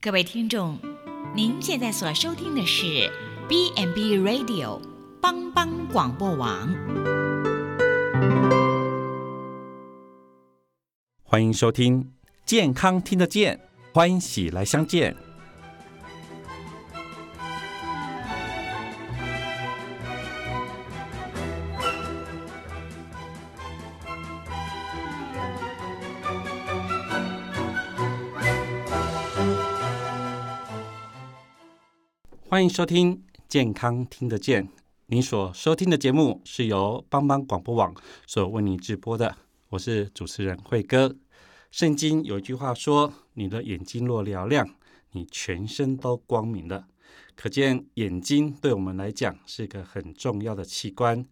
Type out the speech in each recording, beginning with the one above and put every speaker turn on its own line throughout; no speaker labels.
各位听众，您现在所收听的是 B n B Radio 帮帮广播网。
欢迎收听《健康听得见》，欢喜来相见。欢迎收听《健康听得见》，您所收听的节目是由帮帮广播网所为您直播的，我是主持人慧哥。圣经有一句话说：“你的眼睛若嘹亮，你全身都光明了。”可见眼睛对我们来讲是个很重要的器官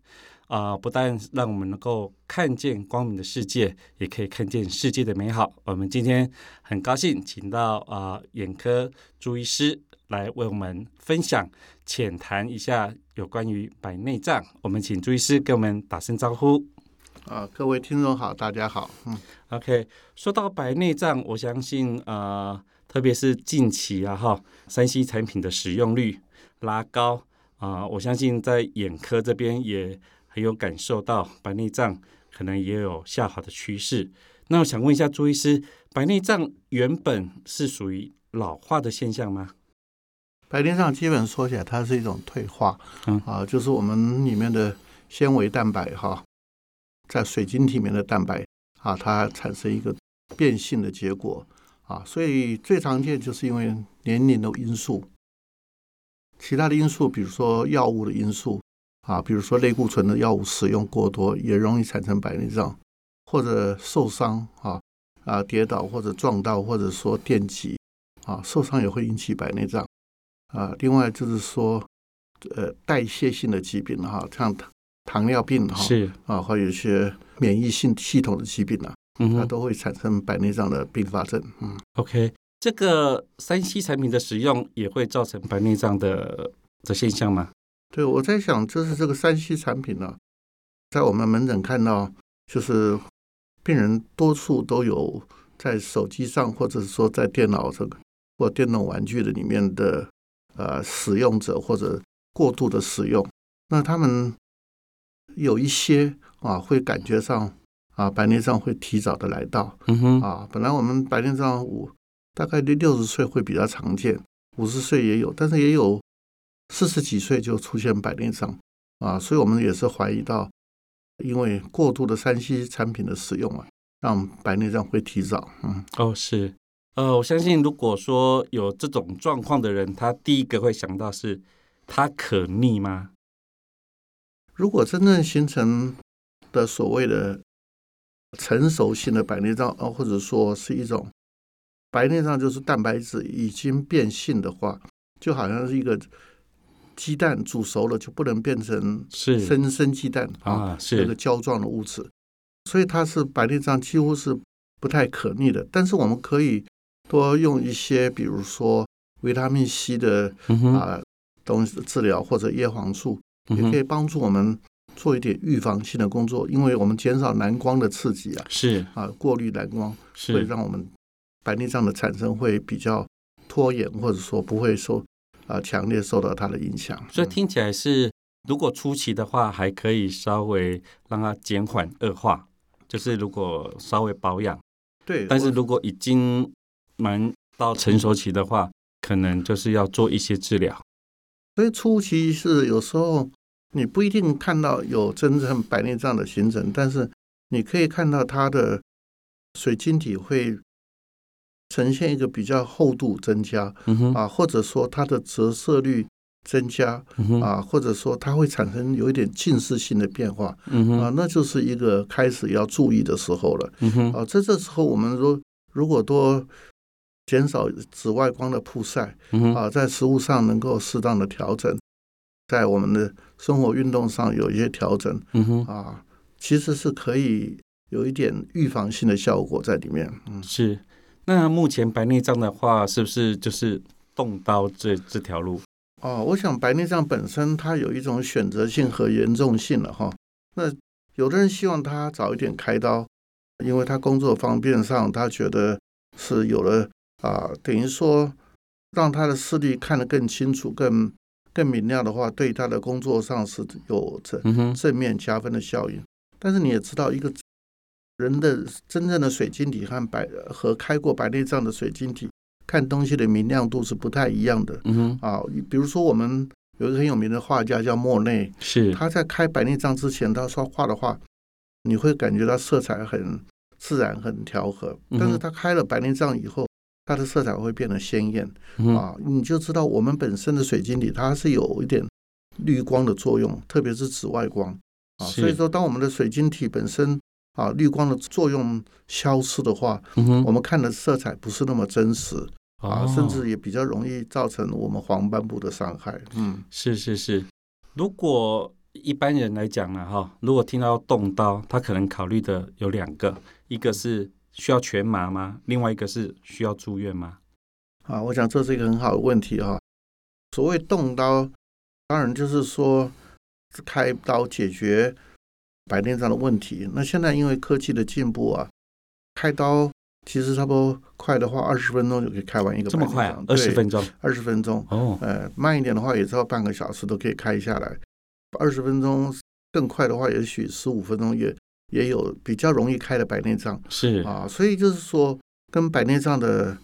啊、不但让我们能够看见光明的世界，也可以看见世界的美好。我们今天很高兴请到啊、眼科朱医师来为我们分享、浅谈一下有关于白内障。我们请朱医师给我们打声招呼。
啊，各位听众好，大家好。嗯，
OK，说到白内障，我相信呃，特别是近期啊哈，三 C 产品的使用率拉高啊、我相信在眼科这边也很有感受到白内障可能也有下滑的趋势。那我想问一下朱医师，白内障原本是属于老化的现象吗？
白内障基本说起来，它是一种退化，
嗯
啊，就是我们里面的纤维蛋白哈、在水晶体里面的蛋白啊，它产生一个变性的结果啊，所以最常见就是因为年龄的因素，其他的因素，比如说药物的因素啊，比如说类固醇的药物使用过多，也容易产生白内障，或者受伤啊啊跌倒或者撞到，或者说电击啊受伤也会引起白内障。啊，另外就是说，呃，代谢性的疾病哈、像糖糖尿病哈、
是，
啊，或者有一些免疫性系统的疾病啊，
嗯
它
哼
都会产生白内障的并发症。嗯，
，OK，这个三 C 产品的使用也会造成白内障的的现象吗？
对，我在想，就是这个三 C 产品呢、在我们门诊看到，就是病人多数都有在手机上，或者是说在电脑这个或电动玩具的里面的呃使用者或者过度的使用，那他们有一些啊会感觉上啊白内障会提早的来到，
嗯哼，
啊，本来我们白内障五大概六六十岁会比较常见，五十岁也有，但是也有四十几岁就出现白内障啊，所以我们也是怀疑到，因为过度的三 C 产品的使用啊，让白内障会提早。嗯，
哦，是，呃，我相信如果说有这种状况的人，他第一个会想到是，他可逆吗？
如果真正形成的所谓的成熟性的白内障，啊，或者说是一种白内障，就是蛋白质已经变性的话，就好像是一个鸡蛋煮熟了就不能变成
是
生生鸡蛋啊，
啊，
这个
是，
胶状的物质，所以它是白内障几乎是不太可逆的。但是我们可以多用一些，比如说维他命 C 的
嗯哼，
啊、东西的治疗，或者叶黄素，
嗯
也可以
哼，
帮助我们做一点预防性的工作，因为我们减少蓝光的刺激啊，
是
啊，过滤蓝光会
是，
让我们白内障的产生会比较拖延，或者说不会受啊、强烈受到它的影响。
所以
嗯
听起来是，如果初期的话，还可以稍微让它减缓恶化，就是如果稍微保养，
对，
但是
我
如果已经蛮到成熟期的话，可能就是要做一些治疗。
所以初期是有时候你不一定看到有真正白内障的形成，但是你可以看到它的水晶体会呈现一个比较厚度增加
嗯哼，
啊，或者说它的折射率增加
嗯哼，
啊，或者说它会产生有一点近视性的变化
嗯
啊
哼，，
那就是一个开始要注意的时候了。
嗯哼，
啊，在这时候我们说如果多减少紫外光的曝晒，
嗯哼，
啊，在食物上能够适当的调整，在我们的生活运动上有一些调整
嗯哼，
啊，其实是可以有一点预防性的效果在里面。嗯，
是，那目前白内障的话，是不是就是动刀这这条路？
哦，我想白内障本身它有一种选择性和严重性了哈。那有的人希望他早一点开刀，因为他工作方便上，他觉得是有了啊，等于说让他的视力看得更清楚、更更明亮的话，对他的工作上是有正
嗯哼，
正面加分的效应。但是你也知道，一个人的真正的水晶体和白和开过白内障的水晶体看东西的明亮度是不太一样的
嗯哼，
啊。比如说，我们有一个很有名的画家叫莫内，
是，
他在开白内障之前，他说画的画，你会感觉到色彩很自然、很调和。
嗯哼
但是他开了白内障以后，它的色彩会变得鲜艳
嗯哼，
啊，你就知道我们本身的水晶体它是有一点绿光的作用，特别是紫外光啊。
是
所以说，当我们的水晶体本身啊绿光的作用消失的话，
嗯哼，
我们看的色彩不是那么真实啊，
哦
甚至也比较容易造成我们黄斑部的伤害。嗯。
是是是，如果一般人来讲呢，哈，如果听到动刀，他可能考虑的有两个，一个是需要全麻吗？另外一个是需要住院吗？
啊，我想这是一个很好的问题哈、所谓动刀，当然就是说开刀解决白内障的问题。那现在因为科技的进步啊，开刀其实差不多快的话，二十分钟就可以开完一个
这
白内
么
障。
快啊，二十分钟
二十分钟，
哦，
呃，慢一点的话也只要半个小时都可以开下来。二十分钟更快的话，也许十五分钟也也有比较容易开的白内障。
是，
啊，所以就是说跟白内障的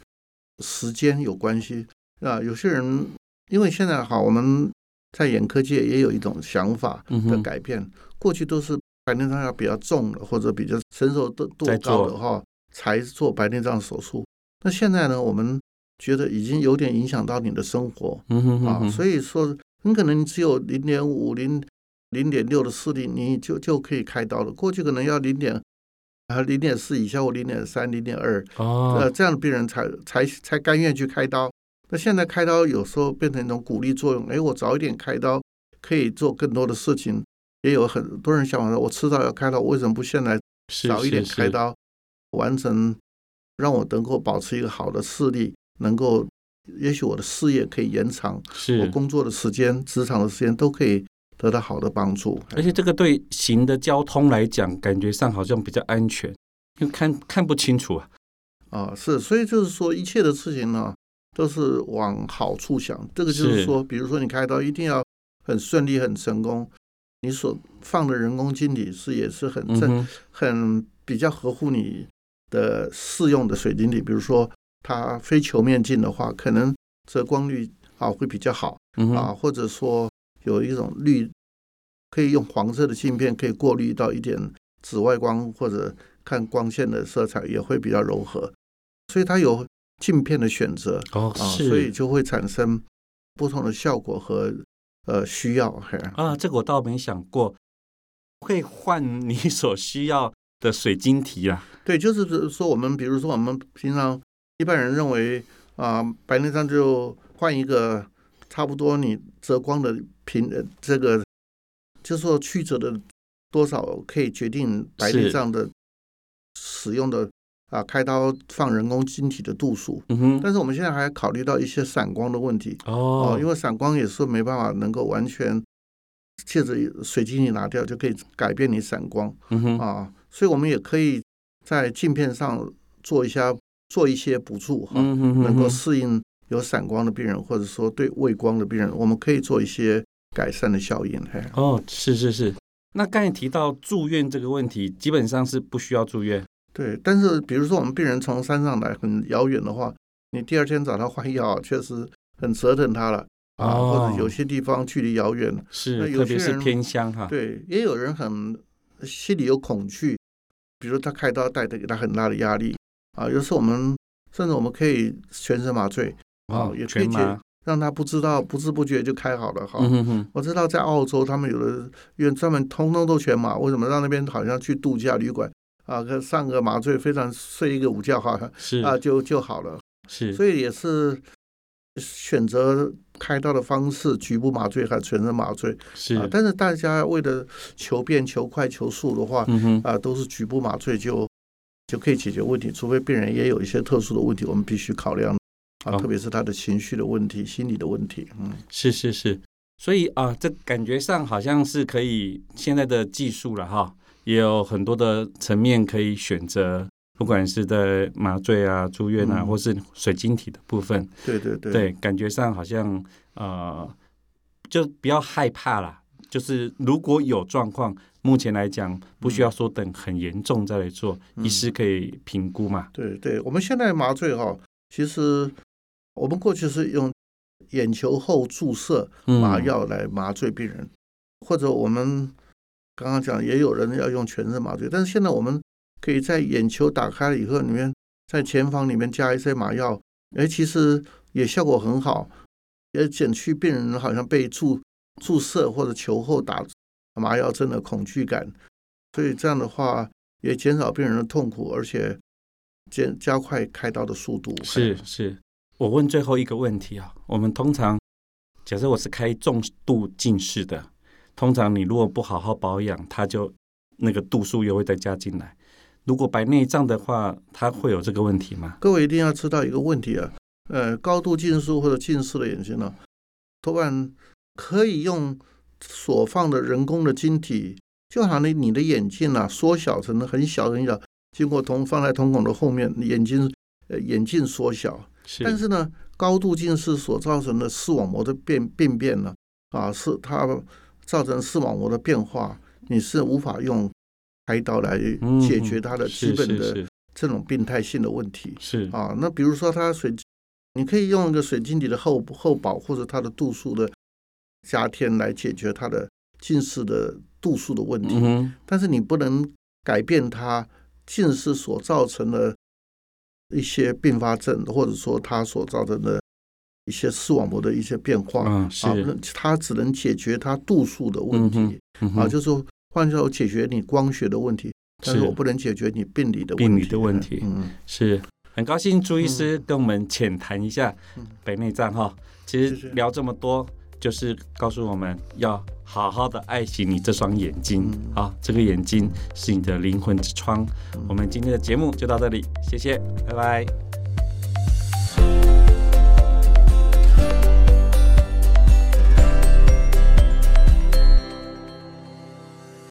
时间有关系啊。有些人因为现在哈，我们在眼科界也有一种想法
嗯
的
哼，
改变，过去都是白内障要比较重的或者比较承受度度
再
高的
做
哈才做白内障手术。那现在呢，我们觉得已经有点影响到你的生活
嗯哼
啊，所
以
以说很可能你只有零点五零。零点六的视力，你就就可以开刀了。过去可能要零点啊零点四以下或零点三、零点二，呃，
哦，
这样的病人才才才甘愿去开刀。那现在开刀有时候变成一种鼓励作用，哎，我早一点开刀可以做更多的事情。也有很多人想法说，我迟早要开刀，为什么不现在
是
早一点开，
是是
刀，完成，让我能够保持一个好的视力，能够，也许我的事业可以延长，我
是。
工作的时间、职场的时间都可以得到好的帮助。
而且这个对行的交通来讲，感觉上好像比较安全，因为看看不清楚啊。
啊，是，所以就是说，一切的事情呢，都是往好处想。这个就是
是
说，比如说你开刀一定要很顺利、很成功，你所放的人工晶体是也是很
嗯
正、
哼，
很比较合乎你的适用的水晶体。比如说，它非球面镜的话，可能遮光率啊会比较好
嗯
啊，
哼，
或者说有一种滤，可以用黄色的镜片可以过滤到一点紫外光或者看光线的色彩也会比较柔和，所以它有镜片的选择
哦，
啊，
是，
所以就会产生不同的效果和呃需要。嘿
啊，这个我倒没想过，会换你所需要的水晶体啊啦。
对，就是说我们比如说我们平常一般人认为啊、白内障就换一个差不多你折光的平呃这个，就是说曲折的多少可以决定白内
是
障的使用的啊、开刀放人工晶体的度数。
嗯哼，
但是我们现在还考虑到一些散光的问题
哦，
因
为
为散光也是没办法能够完全借着水晶体拿掉就可以改变你散光。
嗯哼，
啊，所以我们也可以在镜片上做一下做一些补助哈，
嗯哼，
能
嗯
够
哼
适应有散光的病人，或者说对畏光的病人，我们可以做一些改善的效应。嘿，
哦，是是是。那刚才提到住院这个问题，基本上是不需要住院。
对，但是比如说我们病人从山上来很遥远的话，你第二天找他换药，确实很折腾他了啊，或
哦
者有些地方距离遥
啊
远，那
是，
有
特别
些
是
人
偏乡哈。
对，也有人很心里有恐惧，比如他开刀带的给他很大的压力啊。有时候我们甚至我们可以全身麻醉啊，
哦
也可以
全
解
麻。
让他不知道不知不觉就开好了哈。
嗯哼哼，
我知道在澳洲，他们有的医院专门通通都全麻，为什么让那边好像去度假旅馆啊，可上个麻醉非常睡一个午觉好像
是
啊就就好了。
是，
所以也是选择开刀的方式，局部麻醉和全身麻醉。啊
是，，
但是大家为了求变、求快、求速的话，
嗯哼，
啊，都是局部麻醉就就可以解决问题，除非病人也有一些特殊的问题，我们必须考量啊，
好
特别是他的情绪的问题、心理的问题。嗯，
是是是。所以啊，这感觉上好像是可以现在的技术了哈，也有很多的层面可以选择不管是在麻醉啊、住院啊，
嗯
或是水晶体的部分，
对对对，
对，感觉上好像呃，就不要害怕啦。就是如果有状况，目前来讲不
嗯
需要说等很严重再来做，医师可以评估嘛。
对对，我们现在麻醉哈、其实我们过去是用眼球后注射麻
嗯
药来麻醉病人，或者我们刚刚讲也有人要用全身麻醉，但是现在我们可以在眼球打开了以后，里面在前方里面加一些麻药，哎，其实也效果很好，也减去病人好像被注注射或者球后打麻药针的恐惧感，所以这样的话也减少病人的痛苦，而且减加快开刀的速度。
是是，我问最后一个问题啊，我们通常假设我是开重度近视的，通常你如果不好好保养，它就那个度数又会再加进来。如果白内障的话，它会有这个问题吗？
各位一定要知道一个问题啊，呃，高度近视或者近视的眼睛呢、多半可以用所放的人工的晶体，就好像你你的眼镜啊，缩小成很小很小，经过瞳放在瞳孔的后面，眼睛呃眼镜缩小。
是
但是呢，高度近视所造成的视网膜的变病变呢，啊，是它造成视网膜的变化，你是无法用开刀来
嗯
解决它的基本
是
的
是
这种病态性的问题。
是是
啊，那比如说它水，你可以用一个水晶体的厚厚薄或者它的度数的加添来解决它的近视的度数的问题，
嗯哼，
但是你不能改变它近视所造成的一些并发症，或者说它所造成的一些视网膜的一些变化。
嗯是
啊，那它只能解决它度数的问题、
嗯嗯哼
啊，就是说换句话说，解决你光学的问题，但是
是
我不能解决你病理的
病
问
理
题
的问题
嗯。
是很高兴朱医师跟我们浅谈一下
嗯
白内障哈。其
谢
实
谢
聊这么多，就是告诉我们要好好的爱惜你这双眼睛
嗯
啊，这个眼睛是你的灵魂之窗。我们今天的节目就到这里，谢谢，拜拜。